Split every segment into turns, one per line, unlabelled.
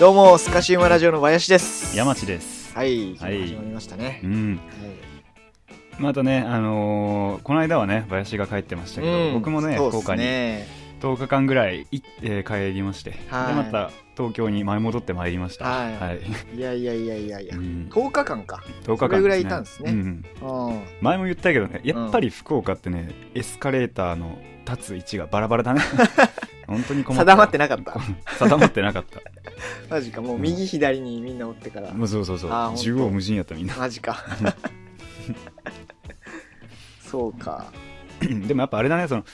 どうもスカシウマラジオの林です
山地です。
はい、
はい
始まりましたね
う、ん。またね、あのーこの間はね、林が帰ってましたけど、
うん
僕もね、
そう
福
です
岡に
ね
10日間ぐらいい、えー帰りまして、で
はい
また東京に舞い戻ってまいりました。
はい
はい。
いやいやいやいやいや、
うん
10日間か
10日間、
それぐらいいたんですね
ううん
うん
前も言ったけどね、やっぱり福岡ってね、エスカレーターの立つ位置がバラバ ラだね。本当に困った。
定まってなかった
定まってなかった。
マジかもう右左にみんなおってから、
もうそうそうそう
あー。
縦横無尽やったみんな。
マジかそうか
でもやっぱあれだね、その、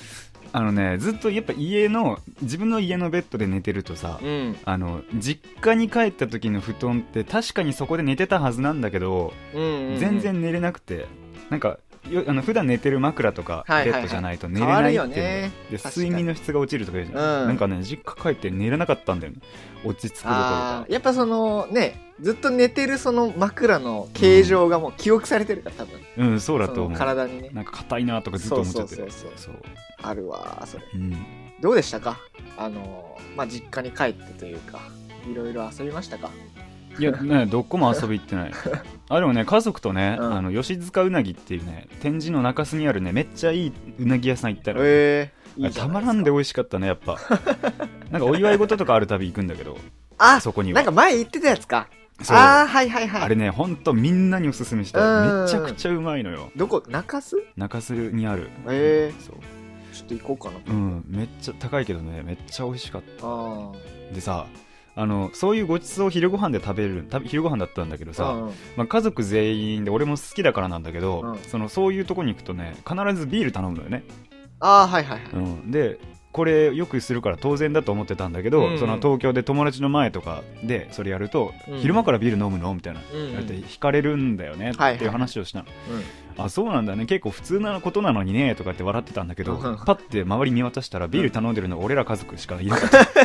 あのね、ずっとやっぱ家の、自分の家のベッドで寝てるとさ、
うん
あの実家に帰った時の布団って確かにそこで寝てたはずなんだけど、
うんうんうん
全然寝れなくてなんかよあの普段寝てる枕とかベ
はいはいはい
ッドじゃないと寝れないっていうの、
変わるよね
で
確かに
睡眠の質が落ちるとか言うじゃん、
うん
なんかね実家帰って寝れなかったんだよね落ち着くどころ
あ
か
ーやっぱそのねずっと寝てるその枕の形状がもう記憶されてるから多分、
うんそうだと
そ
思
の
う
体にね
なんか硬いなとかずっと思っちゃって
そうそう
そう
あるわそれ
うん
どうでしたかあのまあ実家に帰ってというかいろいろ遊びましたか
いやねどこも遊び行っ てないあでもね家族とね、
うん
あの吉塚うなぎっていうね展示の中洲にあるねめっちゃいいうなぎ屋さん行ったら、
ええ
あたまらんで
お
美味しかったねやっ ぱなんかお祝い事とかあるたび行くんだけど
あ
そこに
なん
は
か前言ってたやつか
そう
あ
あ
あはいはいはい
れねほんとみんなにおすすめした
うん
いめちゃくちゃうまいのよ
どこ中洲
中洲にある
へー
そう
ちょっと行こうかな
うんめっちゃ高いけどねめっちゃ美味しかっ
あ
たでさあのそういうごちそうを昼ご飯で食べる食べ昼ご飯だったんだけど
あ
さ、
うん
まあ、家族全員で俺も好きだからなんだけど、
うん
そのそういうとこに行くとね必ずビール頼むのよね
ああはいはいはい
うん、でこれよくするから当然だと思ってたんだけど、
うんうん
その東京で友達の前とかでそれやると、
うん
昼間からビール飲むのみたいな、
うんうん
だって引かれるんだよ
は
ね
いはい
っていう話をしたの、
うん
あそうなんだね結構普通なことなのにねとかって笑ってたんだけど、
うん
パッて周り見渡したらビール頼んでるの俺ら家族しかいな かった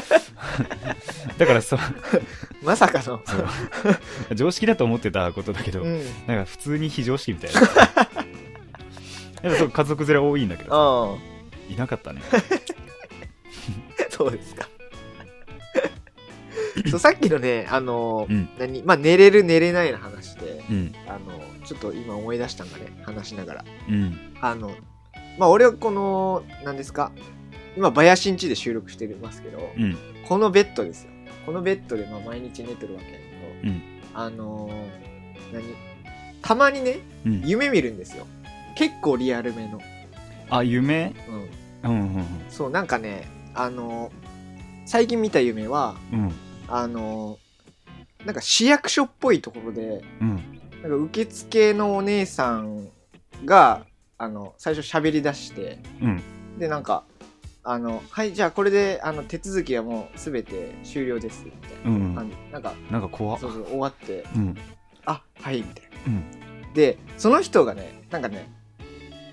だからそう
まさかの
そう常識だと思ってたことだけど、
うん
なんか普通に非常識 みたいなやっぱそう家族連れ多いんだけど
あ
いなかったね
ーそうです かそうさっきのねあの
うん
何まあ寝れる寝れないの話で
うん
あのちょっと今思い出したんだね話しながら
うん
あの、まあ、俺はこの、何ですか、今、林ん家で収録してますけど、
うん
このベッドですよ。このベッドで、まあ、毎日寝てるわけだけど、
うん
あのー何たまにね、
うん
夢見るんですよ。結構リアルめの。
あ夢
うん。
うんうん
そう、なんかね、あのー最近見た夢は、
うん
あのーなんか市役所っぽいところで、
うん
なんか受付のお姉さんが、あの、最初喋り出して、
うん
でなんかあの「はいじゃあこれであの手続きはもう全て終了です」みたい
うん
な
う
感
ん
じ、なんか
なんか怖っ
そうそう終わって
うん
「あはい」みたいな
うん
でその人がねなんかね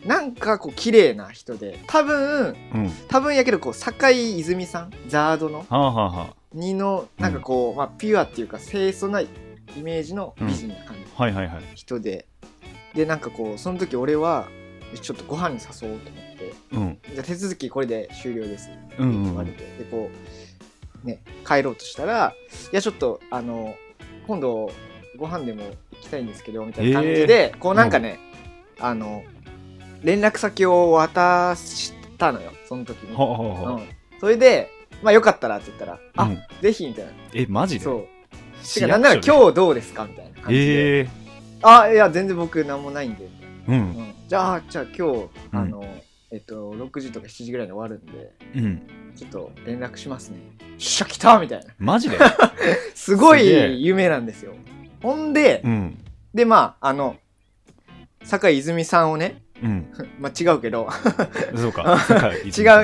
なんかこう綺麗な人で多分
うんは
多分やけどこう酒井泉さんザードの
あはあは
にのなんかこう、まあ、ピュアっていうか清楚ないイメージの美人な感じ、
あはいはいはい
人ででなんかこうその時俺はちょっとご飯に誘おうと思って
うん
じゃあ手続きこれで終了です
う
って言
んう
われ
ん
て、でこうね帰ろうとしたら「いやちょっとあの今度ご飯でも行きたいんですけど」みたいな感じで、こうなんかね、あの連絡先を渡したのよその時に、
はあはあ
う
はあ
ん、それで「まあよかったら」って言ったら「あ、
うん
ぜひ」みたいな
えマジで
そう
市
てか
役
な
所
ん
で
なら今日どうですかみたいな感じで「
ええ
あいや全然僕何もないんで」みたいな
うん
うんじゃあじゃあ今日
うん
あの、えっと6時とか7時ぐらいに終わるんで
うん
ちょっと連絡しますね。しゃ来たみたいな。
マジで
すご
すげえ
い夢なんですよ。ほんで、
うん
で、まあ、あの、酒井泉さんをね、
うん
まあ違うけど、
そうかそうか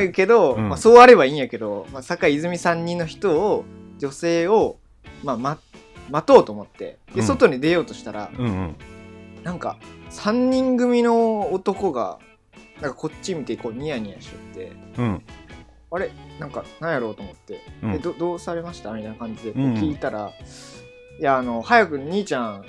違うけど、
うん
まあ、そうあればいいんやけど、まあ、酒井泉さん人の人を、女性を、まあ、ま、待とうと思って、
う
で、
ん
外に出ようとしたら、
うんうん
なんか、3人組の男が、なんかこっち見てこうニヤニヤしとって、
うん
あれなんかなんやろうと思って、
うん
えどどうされましたみたいな感じでこう
うんうん
聞いたら、いやあの早く兄ちゃん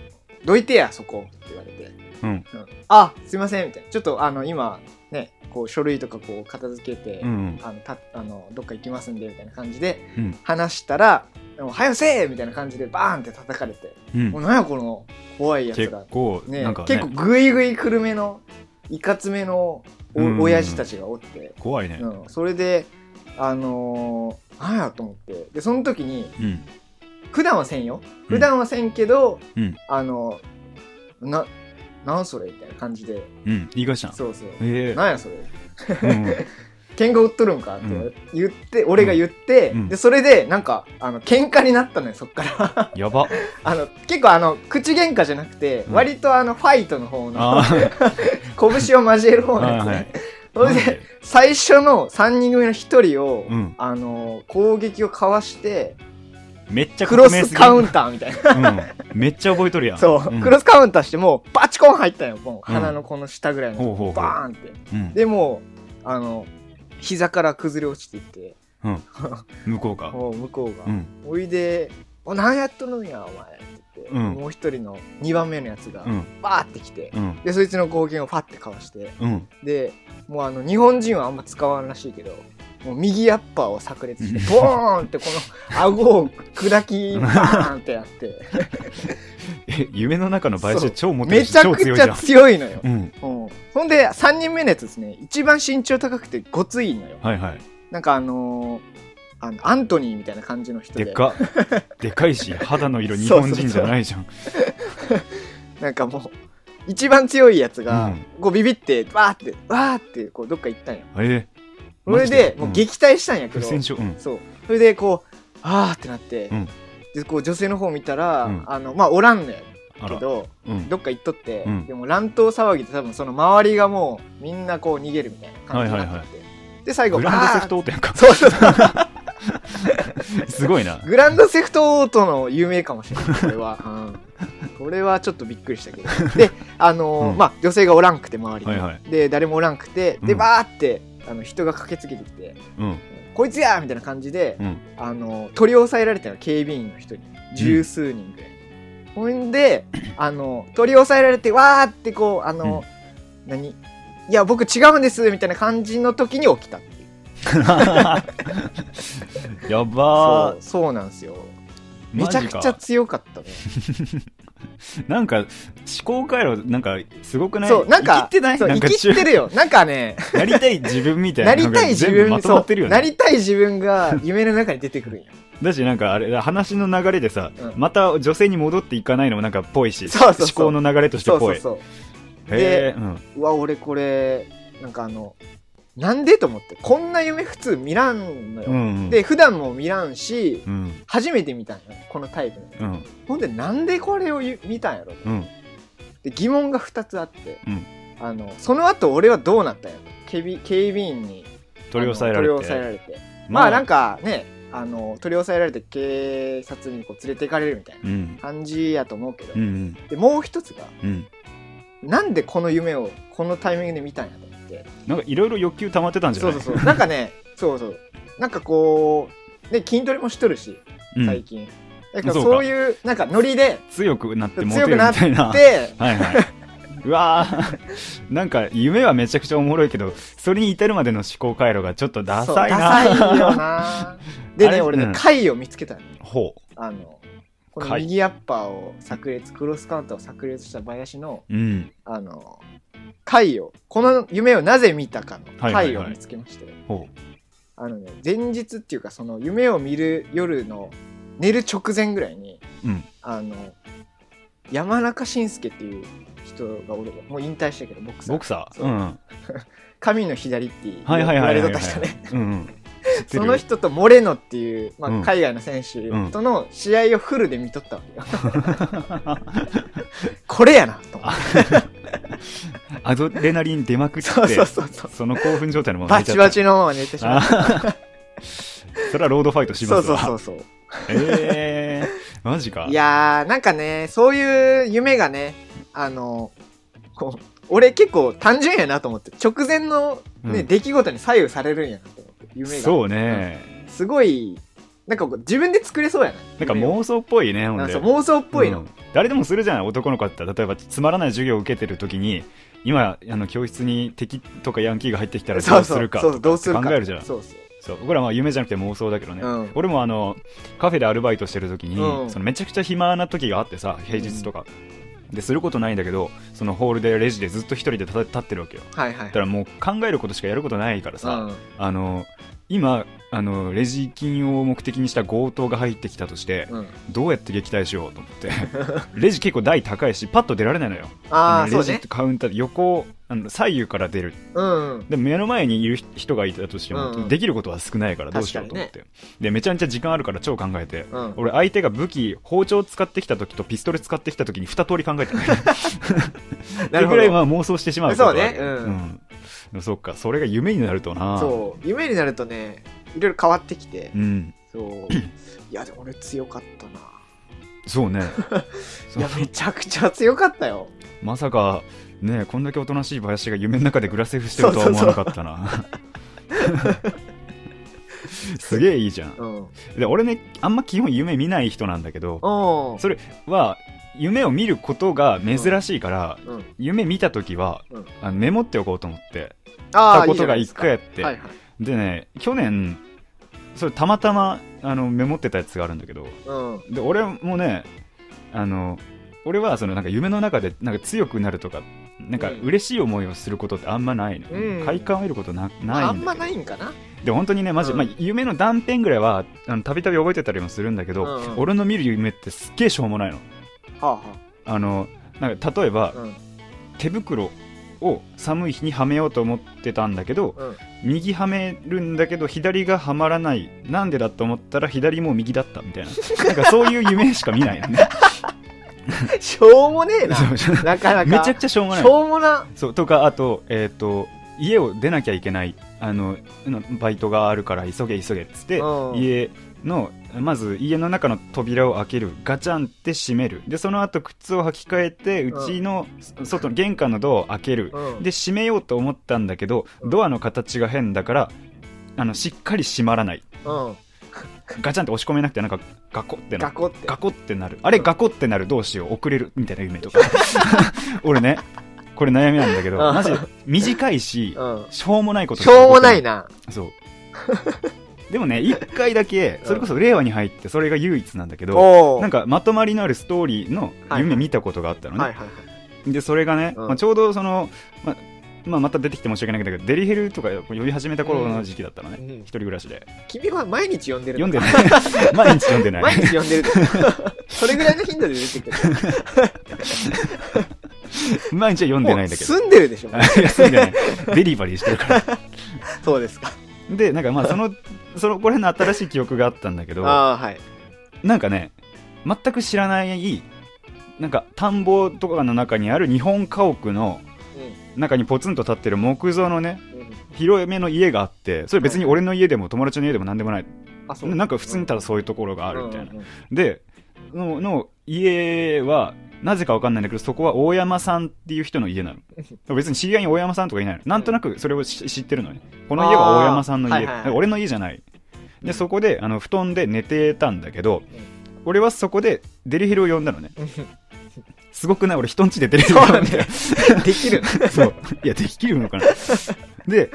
どいてやそこって言われて、
うん
あすいませんみたいなちょっとあの今ねこう書類とかこう片付けて、
うん
あのたあのどっか行きますんでみたいな感じで
うん
話したらでも早よせえみたいな感じでバーンって叩かれて、
うん
もうなんやこの怖いやつ
結
ら、
構、
ね
なんか、ね、
結構グイグイくるめのいかつめのお
うん
親父たちがおって、
怖いね
うんそれであのー、なんやと思ってでその時に
うん
普段はせんよ普段はせんけど、
うん
あのななんそれみたいな感じで
うん言い返したん
そうそう、
ええ
なんやそれ
うんうん
喧嘩売っとるんかっ
うん
て言って、俺が言って、
うん
でそれでなんかあの喧嘩になったのよそっから
やば
あの結構あの口喧嘩じゃなくて、
うん
割とあのファイトの方の
あー
拳を交える方の
はい
やつね、
はい
それ
マジ
で最初の3人組の1人を、
うん
あの攻撃をかわして
めっちゃ
クロ
革命
ス
すぎる
カウンターみたいな
うんめっちゃ覚えとるやん
そう、
ん
クロスカウンターしてもうバチコン入ったよもう
うん
鼻のこの下ぐらいの、
ほうほうほう
バーンって
うん
でもうあの膝から崩れ落ちていって
向こうか
もう向こうが、
うん
おいで「お何やっとるんやお前」って言って、
うん
もう一人の2番目のやつが、
うん
バーって来て、
うん
でそいつの合金をファッてかわして
うん
でもうあの日本人はあんま使わんらしいけどもう右アッパーを炸裂してボーンってこの顎を砕 きバーンってやって
え夢の中の買
そ
収
う
超モテ
め
るし
ちゃ
超
く
強い
ち
じゃ
ゃ
ん
強いのよ、
うん
うんほんで3人目のやつですね一番身長高くてごついのよ
はいはい
なんかあのーあのアントニーみたいな感じの人で
でかっでかいし肌の色日本人じゃないじゃん
なんかもう一番強いやつが、
うん
こうビビってわーってわーってこうどっか行ったんよ
え
それでもう撃退したんやけ
不
ど、
戦勝うん
そうそれでこうあーってなって、
うん
でこう女性の方見たら、
うん
あのまあおらんのや
あ
け
ら
ど
うん
どっか行っとって、
うん
でも乱闘騒ぎで多分その周りがもうみんなこう逃げるみたいな感じになってて、
はいは
で最後
グランドセ
バー
フ
ッ
トオートやんか
そうそう そう
すごいな
グランドセフトオートの有名かもしれない これは、うんこれはちょっとびっくりしたけどであのー
うん
まあ女性がおらんくて周りに、
はいはい
で誰もおらんくてで
うん
バーってあの人が駆けつけてきて
うん
「こいつや!」みたいな感じで、
うん
あのー取り押さえられたの警備員の人に十数人ぐらい、ほんであのー取り押さえられてわーってこうあのー何いや僕違うんですみたいな感じの時に起きたっていう
やば
そうそうなんですよ
ー
めちゃく
マ
ち
ジ
ゃ
か
強かったね
なんか思考回路なんかすごくない
そう、なんか、
生きてない
そう
なんか
生きてるよ。なんかね、
なりたい自分みたい
な
な
り
のが
たい自
全部ま
分、
とま
そ
ってる
う、
よ
な
ね
りたい自分が夢の中に出てくるんよ。
だしなんかあれ話の流れでさ
うん
また女性に戻っていかないのもなんかぽいし
そう
思
そうそう
考の流れとして
そうそ
ぽ
う
い
そう。
へえうん
うわ、俺これ、なんかあの、なんでと思って、こんな夢普通見らんのよ。
うんうん
で、普段も見らんし、
うん
初めて見たんよ、このタイプの。
うん
ほんで、なんでこれをゆ見たんやろ
うん
で疑問が2つあって、
うん
あのその後俺はどうなったんやろ警備警備員に
取り押さえられ
あの取り押さえら
て
れてまあなんかねあの取り押さえられて警察にこう連れていかれるみたいな
うん
感じやと思うけど、
うんうん
でもう一つが
うん
なんでこの夢をこのタイミングで見たんやと思って
なんかいろいろ欲求溜まってたんじゃ
そ
な
う
い
そうそうなんかねそうそうなんかこうで筋トレもしとるし
うん
最近、だから
そうか
そういうなんかノリで
強くなってモテ
強
る
く
み
なった
いな
て
はいはいうわーなんか夢はめちゃくちゃおもろいけどそれに至るまでの思考回路がちょっとダ
そう
サいな
ダサいよ なで
あ
ね
れ
俺
う
ね
ん
貝を見つけたの
ほ
あのこの
貝
右アッパーを炸裂クロスカウンターを炸裂した林の
ううん
あの貝をこの夢をなぜ見たかの
はいはいはい
貝を見つけまして、
ほ
あのね前日っていうかその夢を見る夜の寝る直前ぐらいに
ううん
あの山中伸介っていう人が俺もう引退したけどボクサー
ボクサー
そう
うんうん
神の左って言
はい
わ
はいはい
れ
はい
とった
はい
人ね
うんうん知って
その
る
人とモレノっていう、ま
う
あ、
ん
海外の選手
うん
との試合をフルで見とったわけよ これやなと思って
アドレナリン出まくって
そうそうそうそう
その興奮状態のまま
バ
寝ちゃ
チ
った
バチのまま寝てしま
あ
っ
ー それはロードファイト
た
し
そ
ま
う
す
そう
わ
そうそう
ええマジか
いやーなんかねそういう夢がねあのこう俺結構単純やなと思って直前の、ね
うん
出来事に左右されるんやなと思って夢が
そうね
すごいなんかこう自分で作れそうやな
なんか
夢を
妄想っぽいねほん
なんかそ
で
う妄想っぽいの、
うん誰でもするじゃない男の子だったら例えばつまらない授業を受けてる時に今あの教室に敵とかヤンキーが入ってきたら
そ
ど
う
う
そう
するか
そうどうする
考えるじゃん
そうそう
そうこれはまあ夢じゃなくて妄想だけどね、
うん
俺もあのカフェでアルバイトしてる時に、
うん
そのめちゃくちゃ暇な時があってさ平日とか、ですることないんだけどそのホールでレジでずっと一人で立立ってるわけよ
はいはい
だからもう考えることしかやることないからさ、あの今あのレジ金を目的にした強盗が入ってきたとして
うんうん、
どうやって撃退しようと思って レジ結構台高いしパッと出られないのよ
ああ
の
そう
レジっ
ね
てカウンターで横あの左右から出る
うんうん
で目の前にいる人人がいたとしても、
うんうん
できることは少ないからどうしようと思って、でめちゃめちゃ時間あるから超考えて、
うん
俺相手が武器包丁使ってきた時とピストル使ってきた時に2通り考えてない
な
それ
るほ
ぐらい
ど
は妄想してしまうことはある
そうねうん
んでもそっかそれが夢になるとな
そう夢になるとねいろいろ変わってきて、
うん
そういやでも俺強かったな
そうね
い
そう
やめちゃくちゃ強かったよ
まさかねこんだけおとなしい林が夢の中でグラセフしてるとは思わなかったな すげえいいじゃん
うんうん
で俺ねあんま基本夢見ない人なんだけど
うん
それは夢を見ることが珍しいから、夢見た時は、
うん
あのメモっておこうと思って
あ
た
あ
ことが一回あってで
はいはい
ね去年それたまたまあのメモってたやつがあるんだけど
うん
で俺もねあの俺はそのなんか夢の中でなんか強くなるとかなんか
うん
嬉しい思いをすることってあんまないの、
うん
快感を得ることなないんだけど
あんまないんかな
で本当にねマジ、
うん
まあ、夢の断片ぐらいはあのたびたび覚えてたりもするんだけど、
うんうん
俺の見る夢ってすっげえしょうもないの
はあは
あのなんか例えば、
あうん
手袋を寒い日にはめようと思ってたんだけど
うん
右はめるんだけど左がはまらないなんでだと思ったら左も右だったみたいななんかそういう夢しか見ないのね
しょうもねえな
そうそう
なかなか
めちゃくちゃしょうもない
しょうもな
そうとかあと,、えー、と家を出なきゃいけないあののバイトがあるから急げ急げっつって、
うん
家のまず家の中の扉を開けるガチャンって閉めるでその後靴を履き替えて
うん
うちのそ外の玄関のドアを開ける、
うん
で閉めようと思ったんだけど
うん
ドアの形が変だからあのしっかり閉まらない
うん
ガチャンって押し込めなくてなんかガコってな
ガ
る
コって
ガコってなるあれ
うん
ガコってなるどうしよう遅れるみたいな夢とか 俺ねこれ悩みなんだけど
うん
マジ短いし
うん
しょうもないこと
しょうもないな
そうでもね一回だけそれこそ令和に入ってそれが唯一なんだけど
おお
なん
か
かまとまりのあるストーリーの
はいは
夢
い
見たことがあったのね
はいはいはい
でそれがね、
うん
まあ、ちょうどその、ままあ、また出てきて申し訳ないけどデリヘルとか呼び始めた頃の時期だったのね、
うん
一人暮らしで
君は毎日読んでる
読ん
の
でない毎日読んでない
毎日読んでる からそれぐらいの頻度で出てくる
毎日は読んでないんだけど
もう住んでる でしょ
いや住んでないデリバリーしてるから
そうですか
でなんかまあそのそのこれの新しい記憶があったんだけど
ああはい
なんかね全く知らないなんか田んぼとかの中にある日本家屋の中にポツンと立ってる木造のね
うんうん
広めの家があってそれ別に俺の家でも友達の家でも何でもない
あそう
なんか普通にいたらそういうところがあるみたいな
うんうん
でのの家はなぜかわかんないんだけどそこは大山さんっていう人の 家なの別に知り合いに大山さんとかいないのなんとなくそれをし知ってるのねこの家は大山さんの家、
あーはいはいはい
俺の家じゃない
うん
でそこであの布団で寝てたんだけど、俺はそこでデリヘルを呼んだのね
うん
すごくない俺人んちでデリヘルを呼んだよ
そう できる
そう。いや、できるのかな。で、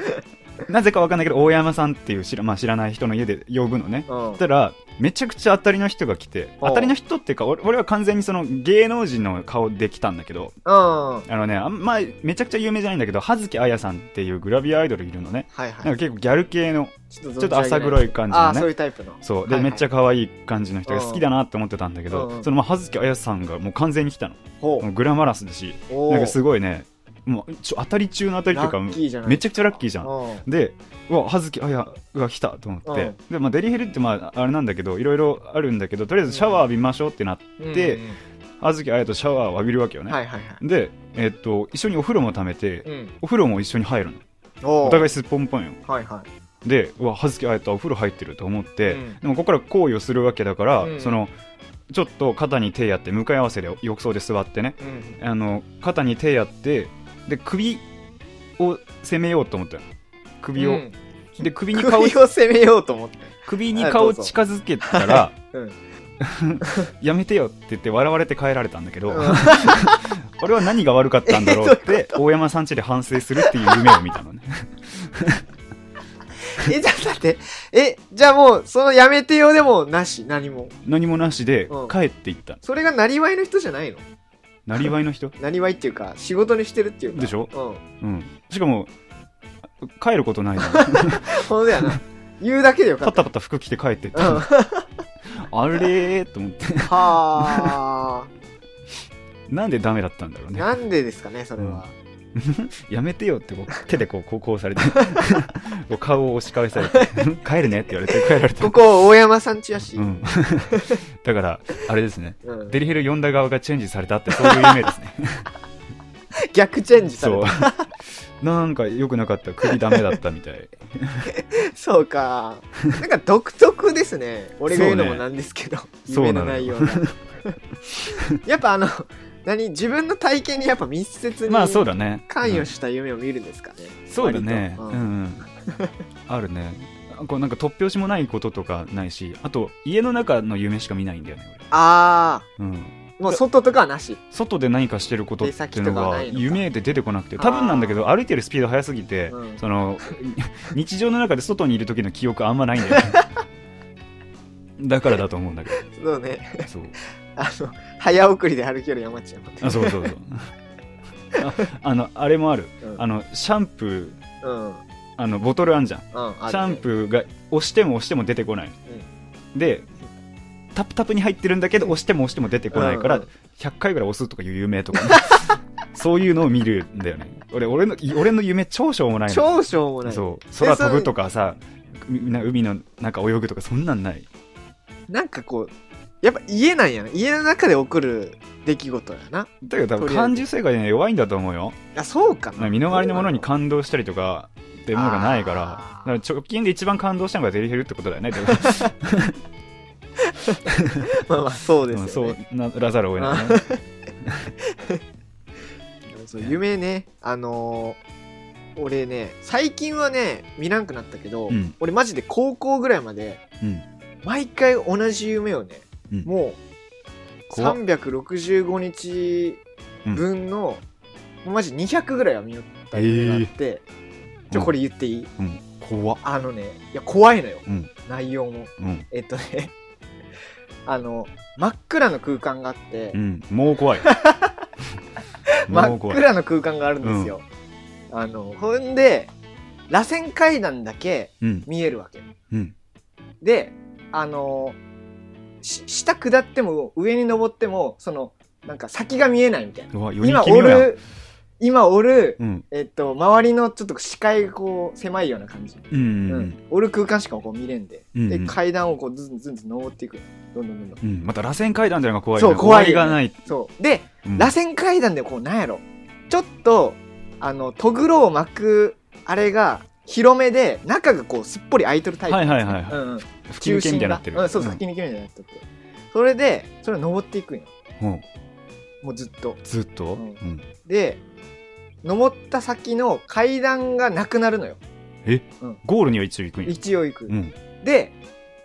なぜかわかんないけど、大山さんっていう知ら,、まあ、知らない人の家で呼ぶのね。
うん
そしたら、めちゃくちゃ当たりの人が来て、
おう
当たりの人っていうか、俺俺は完全にその芸能人の顔で来たんだけど、
うんはい
あのね、あんまあ、めちゃくちゃ有名じゃないんだけど、葉月あやさんっていうグラビアアイドルいるのね。
はい
なんか結構ギャル系の、
ちょっ
ちょっと朝黒
い
い感じ
あ
の
あそう
ね。
いうタイプの
そう。で、
はいはい
めっちゃ可愛い感じの人が好きだなって思ってたんだけど、
うん
その、まあ、葉月あやさんがもう完全に来たの。
ほ
もうグラマラスだし、
うお
な
ー
んかすごいね、もうちょ当たり中の当たりというか、
ラッキーじゃない
めちゃくちゃラッキーじゃん。
うん
で、うわ、葉月あやが来たと思って、
うん
でまあ、デリヘルってまああれなんだけど、いろいろあるんだけど、とりあえずシャワー浴びましょうってなって、で
うんうん
葉月あやとシャワーを浴びるわけよ
う
ね。
んはいはいはい
で、えっと、一緒にお風呂も溜めて、
うん
お風呂も一緒に入るの。
お
お
ー
互いすっぽんぽんよ。
はいはい
で、うわ、葉月あやとお風呂入ってると思って、
うん
でもここから行為をするわけだから、
うん
その、ちょっと肩に手やって、向かい合わせで浴槽で座ってね、
うん
あの肩に手やってで首を攻めようと思ったの首を、
うん
で首に
首
顔
を攻めようと思って
首に顔近づけたら
うん
「やめてよ」って言って笑われて帰られたんだけど、
うん
俺は何が悪かった んだろうって大山さん家で反省するっていう夢を見たのね
え、じゃあだって、え、じゃあもう、そのやめてよでもなし、何も。
何もなしで
うん
帰っていった。
それがなりわいの人じゃないの
なりわいの人
なりわいっていうか、仕事にしてるっていうか。
でしょ
うん。
うん。しかも、帰ることな いのに
そうだよ な。言うだけでよか
パ
った。
タパタ服着て帰ってっ
うん。
た。あれーと思って。
はあ。
なんでダメだったんだろうね。
なんでですかね、それは。
やめてよってこう手でこうこうこうされて こう顔を押し返されて 帰るねって言われて帰られた
ここ、大山さんちやし。
う
うん。
ん、 だからあれですねデリヘル呼んだ側がチェンジされたってそういう夢で すね
逆チェンジされ
そ
た。
う なんか良くなかった首ダメだったみたい
そうか。なんか独特ですね。俺が言うのもなんですけど、
そうね
夢の内容が。やっぱあの、何自分の体験にやっぱ密接に
まあそうだね
関与した夢を見るんですかね。
うんそうだねう
割と
ん、う。 ん、あるねこうなんか突拍子もないこととかないしあと家の中の夢しか見ないんだよね
あ
俺うん
あ、もう外とかはなし。
外で何かしてることっていうの
出先とか
が
ないのか
夢で出てこなくて
あー
多分なんだけど歩いてるスピード速すぎて、
うん
その日常の中で外にいる時の記憶あんまないん だよねだからだと思うんだけ
そうね。
どそう
あの、早送りで歩きより山ちゃんもね
あそうそう そうああのあれもある
うん
あのシャンプー
うん。うん。
あのボトルあんじゃん
あるね
シャンプーが押しても押しても出てこない、でタプタプに入ってるんだけど押しても押しても出てこないから、
うんうん
100回ぐらい押すとかいう夢とかね、 そういうのを見るんだよね俺俺の俺の夢超しょうもないの
超しょうもない。
そう空飛ぶとかさみみんな海の中泳ぐとかそんなんない
なんかこう、やっぱ家なんやな。家の中で起こる出来事やな。
だけど多
とりあえ
分
ず
感受性が、ね、弱いんだと思うよ
あ、そうか
ま
な。
あ身の回りのものに感動したりとかってものがないから
あー
だから直近で一番感動したのがデリヘルってことだよ ねでも
まあまあ、そうです
う
よ
ん
ね。
そうならざるを 得ないね
そう夢ね、あのー俺ね、最近はね、見らんくなったけど、
うん
俺マジで高校ぐらいまで、
うん
毎回同じ夢をね、
うん
もう、
怖っ
365日分の、もうマジ200ぐらいは見よった夢があって、ちょ、これ言っていい、
うん怖っ
あのね、いや、怖いのよ、
うん
内容も。
うん
えっとね、 あの、真っ暗の空間があって、
うんもう 怖い
真
も
っ
う怖い
暗の空間があるんですよ。あの、ほんで、螺旋階段だけ
うん
見えるわけ。
うん
で、あの、し下下っても上に登っても、その、なんか先が見えないみたいな。
うわより
今
奇
お
妙や
る、今おる、
うん
えっと、周りのちょっと視界がこう狭いような感じ。
うん
う
うんん。
おる空間しかこう見れんで。
うん
で、階段をこうずんずんずん登っていく。どんどんどんどん。
うんまた螺旋階段ってのが怖い
そう怖い
終わりがない
そう。で、
うん
螺旋階段でこうなんやろちょっとあのとぐろを巻くあれが広めで中がこうすっぽり開いとるタイプ
はいはいはいはい
うんうん、
吹き抜けみたいになってる
中心がうん、そうそう吹き抜けみたいになってて、それでそれを登っていくんよ
うん
もうずっと
ずっと、
うん
うん
で登った先の階段がなくなるのよ
ゴールには一応行くんや。
一応行く、
うん。
で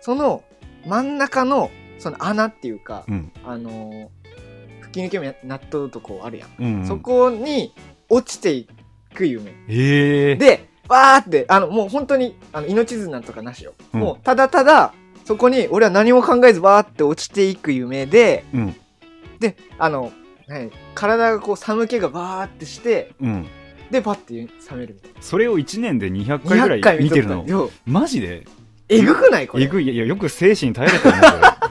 その真ん中のその穴っていうか、
うん。
あのー吹き抜けになっとるとこあるやん、
うん。
そこに落ちていく夢
ええー。
で、わーって、あの、もう本当に、あの、命綱とかなしよ。
うん
もう、ただただ、そこに、俺は何も考えず、わーって落ちていく夢で、
うん。
で、あの、はい、体がこう、寒気がわーってして、
うん。
で、パッて冷めるみたい
それを1年で200
な。
回ぐ
200
らい見
見と
て
っ
る
た
の。
よ
マジで
えぐくないこれ。
えぐい。いや、よく精神耐えれたな、こ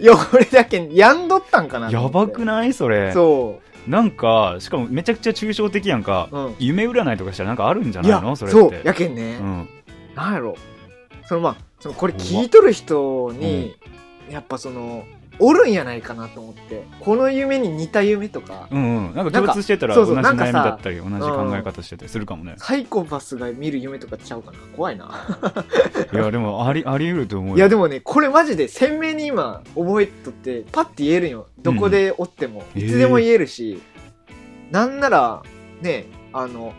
いや、俺だけ、やんどったんかな
れ。
と思
や
って。
ばくないそれ。
そ
なんか、しかもめちゃくちゃ抽象的やんか。
う。うん。
夢占いとかしたらなんかあるんじゃ
い
ない
や
の、それ
そう
っ、て。
やけんね。
うん。
なんやろそのまあそのこれ聞いとる人に、やっぱそのおるんやないかなと思ってこの夢に似た夢とか、
うんうん。なんか
なん
共
か
通してたら
そ
同
うそ
じ
う
悩
なん
み
かさ
だったり、同じ考え方してたりするかもね。
サイコパスが見る夢とかちゃうかな怖いな
いや、でもあり、あり得ると思うよ。
いやで
も、
もねこれマジで鮮明に今覚えとってパッて言えるんよどこでおっても、
うん
いつでも言えるし、なんならねあの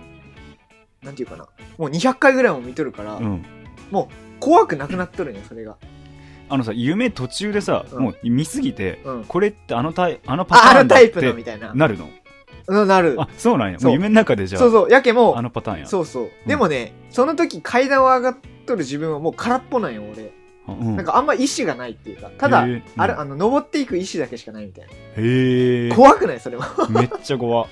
なんていうかなもう200回ぐらいも見とるから、
うん。
怖くなくなっとるんよそれが、
あのさ、夢途中でさ、
うん
もう見すぎて、
うん、
これってあのタイ、あのパタ
ああ
ーン
の
だ
タ
っ
イプのみ
て
たいな
なるの
うんなる
あ、そうなんや。
そ
も
う
う夢の中でじゃあ、
そうそうやけも
あのパターンや。
そうそうでもね、その時階段を上がっとる自分はもう空っぽなんよ俺
あうん。
なんかあんま意志がないっていうかただ、
へえうん
あれあの登っていく意志だけしかないみたいな
へえ。
怖くないそれは
めっちゃ怖。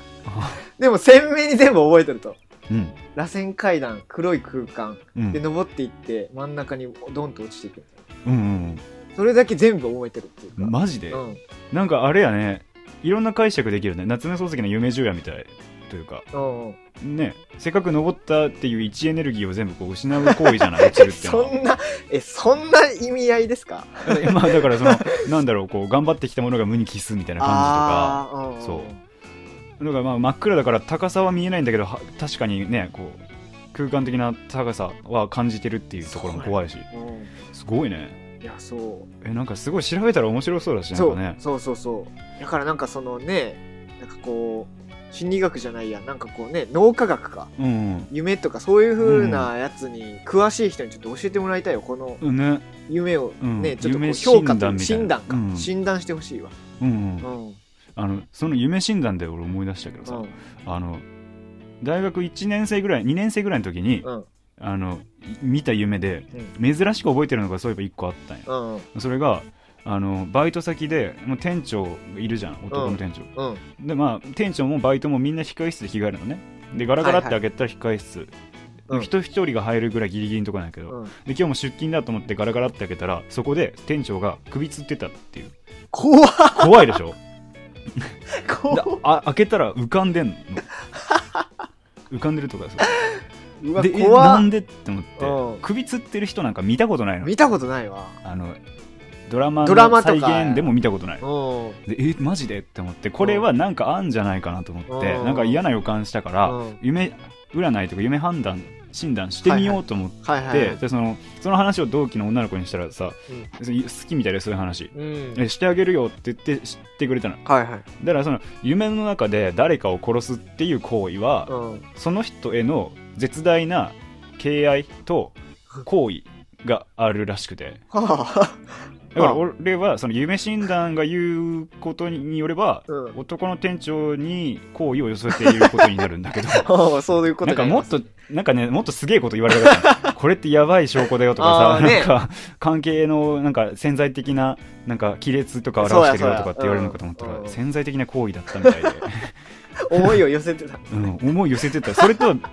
でも鮮明に全部覚えてると
うん。
螺旋階段黒い空間
うん。う
で
ん
登っていって真ん中にドンと落ちていくみたい
うん
なそれだけ全部覚えてるっていう
う
か
ん。マジで
うん
なんかあれやね。いろんな解釈できるね。夏目漱石の夢十夜みたいというか。
うんうん
ね。せっかく登ったっていう位置エネルギーを全部こう失う行為じゃない落ちるっていうの
そ
は
んなえそんな意味合いですか
えまあだ からそのなんだろうこう頑張ってきたものが無に帰すみたいな感
あーうんうん
そうじとかだからまあ真っ暗だから高さは見えないんだけどは確かにねこう空間的な高さは感じてるっていうところも怖いし
うん
すごいね
いやそ
えなんかすごい調べたら面白そうだし
う
ね
そ
なん
う,、
かね
そうそうそうだからなんかそのねなんかこう心理学じゃないやなんかこうね脳科学か
うん
夢とかそういう風なやつに詳しい人にちょっと教えてもらいたいよこの
うんね
夢をね、
うん
ちょっとこう
夢
評価と
診断みたいな
診断か、
うん
診断してほしいわ、
うんう
うんん
あのその夢診断で俺思い出したけど
う
さ
ん
あの大学1年生ぐらい2年生ぐらいの時に
うん
あのい見た夢で珍しく覚えてるのがそういえば1個あったんや
うん
それがあのバイト先でもう店長いるじゃん男の店長、
うん
でまあ店長もバイトもみんな控え室で着替えるのねでガラガラって開けたら控え室、
うん
人一人が入るぐらいギリギリのとこなんやけど、
うん
で今日も出勤だと思ってガラガラって開けたらそこで店長が首つってたっていう
怖っ
怖いでしょ
怖
で
っ
あ開けたら浮かんでん の浮かんでるとかそう
うわ
でえ
怖
な
っ
んでって思って、
うん
首つってる人なんか見たことないの
見たことないわ
あのドラマ
ドラマ
の
と
再
か
現でも見たことない
うんうん
でえマジでって思ってこれはなんかあんじゃないかなと思って
うん
なんか嫌な予感したから、
はい
夢占いとか夢判断診断してみようと思って、
はいはい
でそのその話を同期の女の子にしたらさ、
うん
好きみたいでそういう話、
うん
えしてあげるよって言って知ってくれたの
はいはい
だからその夢の中で誰かを殺すっていう行為は、
うん
その人への絶大な敬愛と行為があるらしくて
はあ
だから
あ
俺はその夢診断が言うことによれば、
うん
男の店長に好意を寄せていることになるんだけど
ああそういう こと
なんか
にり
も
ま
っ
す
となんかねもっとすげえこと言われた かったこれってやばい証拠だよとか
あ
さ、
ーね
なんか関係のなんか潜在的ななんか亀裂とか表してるよとかって言われるのかと思っ
そ
た
うや
ら、
そうやうん
潜在的な行為だったみたいで、
思いを寄せてた
うん、思い寄せてたそれとは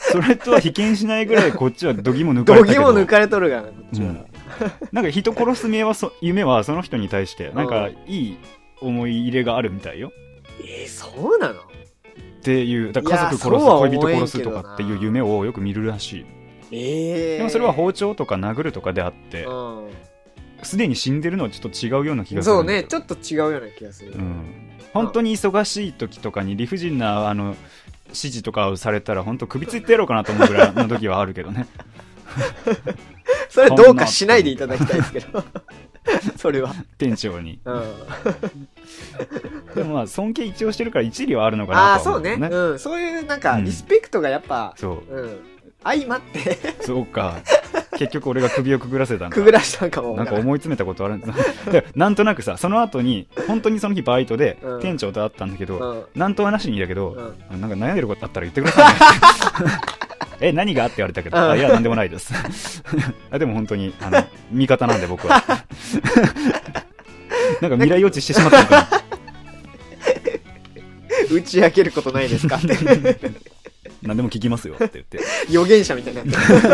それとは被験しないぐらいこっちは度肝抜かれ
度
たけど
肝抜かれとるがなこっち
う
は
んなんか人殺す夢はそ 夢はその人に対してなんかいい思い入れがあるみたいよ
えーそうなの
っていうだから家族殺
いや
す
そうは
恋人
思えんけどな
殺すとかっていう夢をよく見るらしい
ええ
でもそれは包丁とか殴るとかであってすでに死んでるのはちょっと違うような気
うん
がする
そうん
だけ
ね
ど
ちょっと違うような気がする
うん本当に忙しい時とかに理不尽なあの指示とかをされたら本当首ついてやろうかなと思うぐらいの時はある けどね
それどうかしないでいただきたいですけ どそれは
店長に
うん
でもまあ尊敬一応してるから一理はあるのか
あ
な
あ
と
そ
は思
う
うけ
ね
どね
うんそういうなんか
うん
リスペクトがやっぱ
そう
うん相まって
そ うか。結局俺が首をくぐらせたんだ
くぐらしたんかも
なんか思い詰めたことある んだ。でなんとなくさ、その後に、本当にその日バイトで
うん
店長と会ったんだけ
う
ど、
ん
なんとはなしにだけ
う
ど
ん、
あなんか悩んでることあったら言ってくださいね。 え、何がって言われたけど、
うん
あいや、なんでもないです。 あでも本当に、あの、味方なんで僕は。 なんか未来予知してしまったのか
打ち明けることないですかって
な。何でも聞きますよって言って。
予言者みたいになって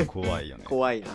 る
怖いよね。
怖いな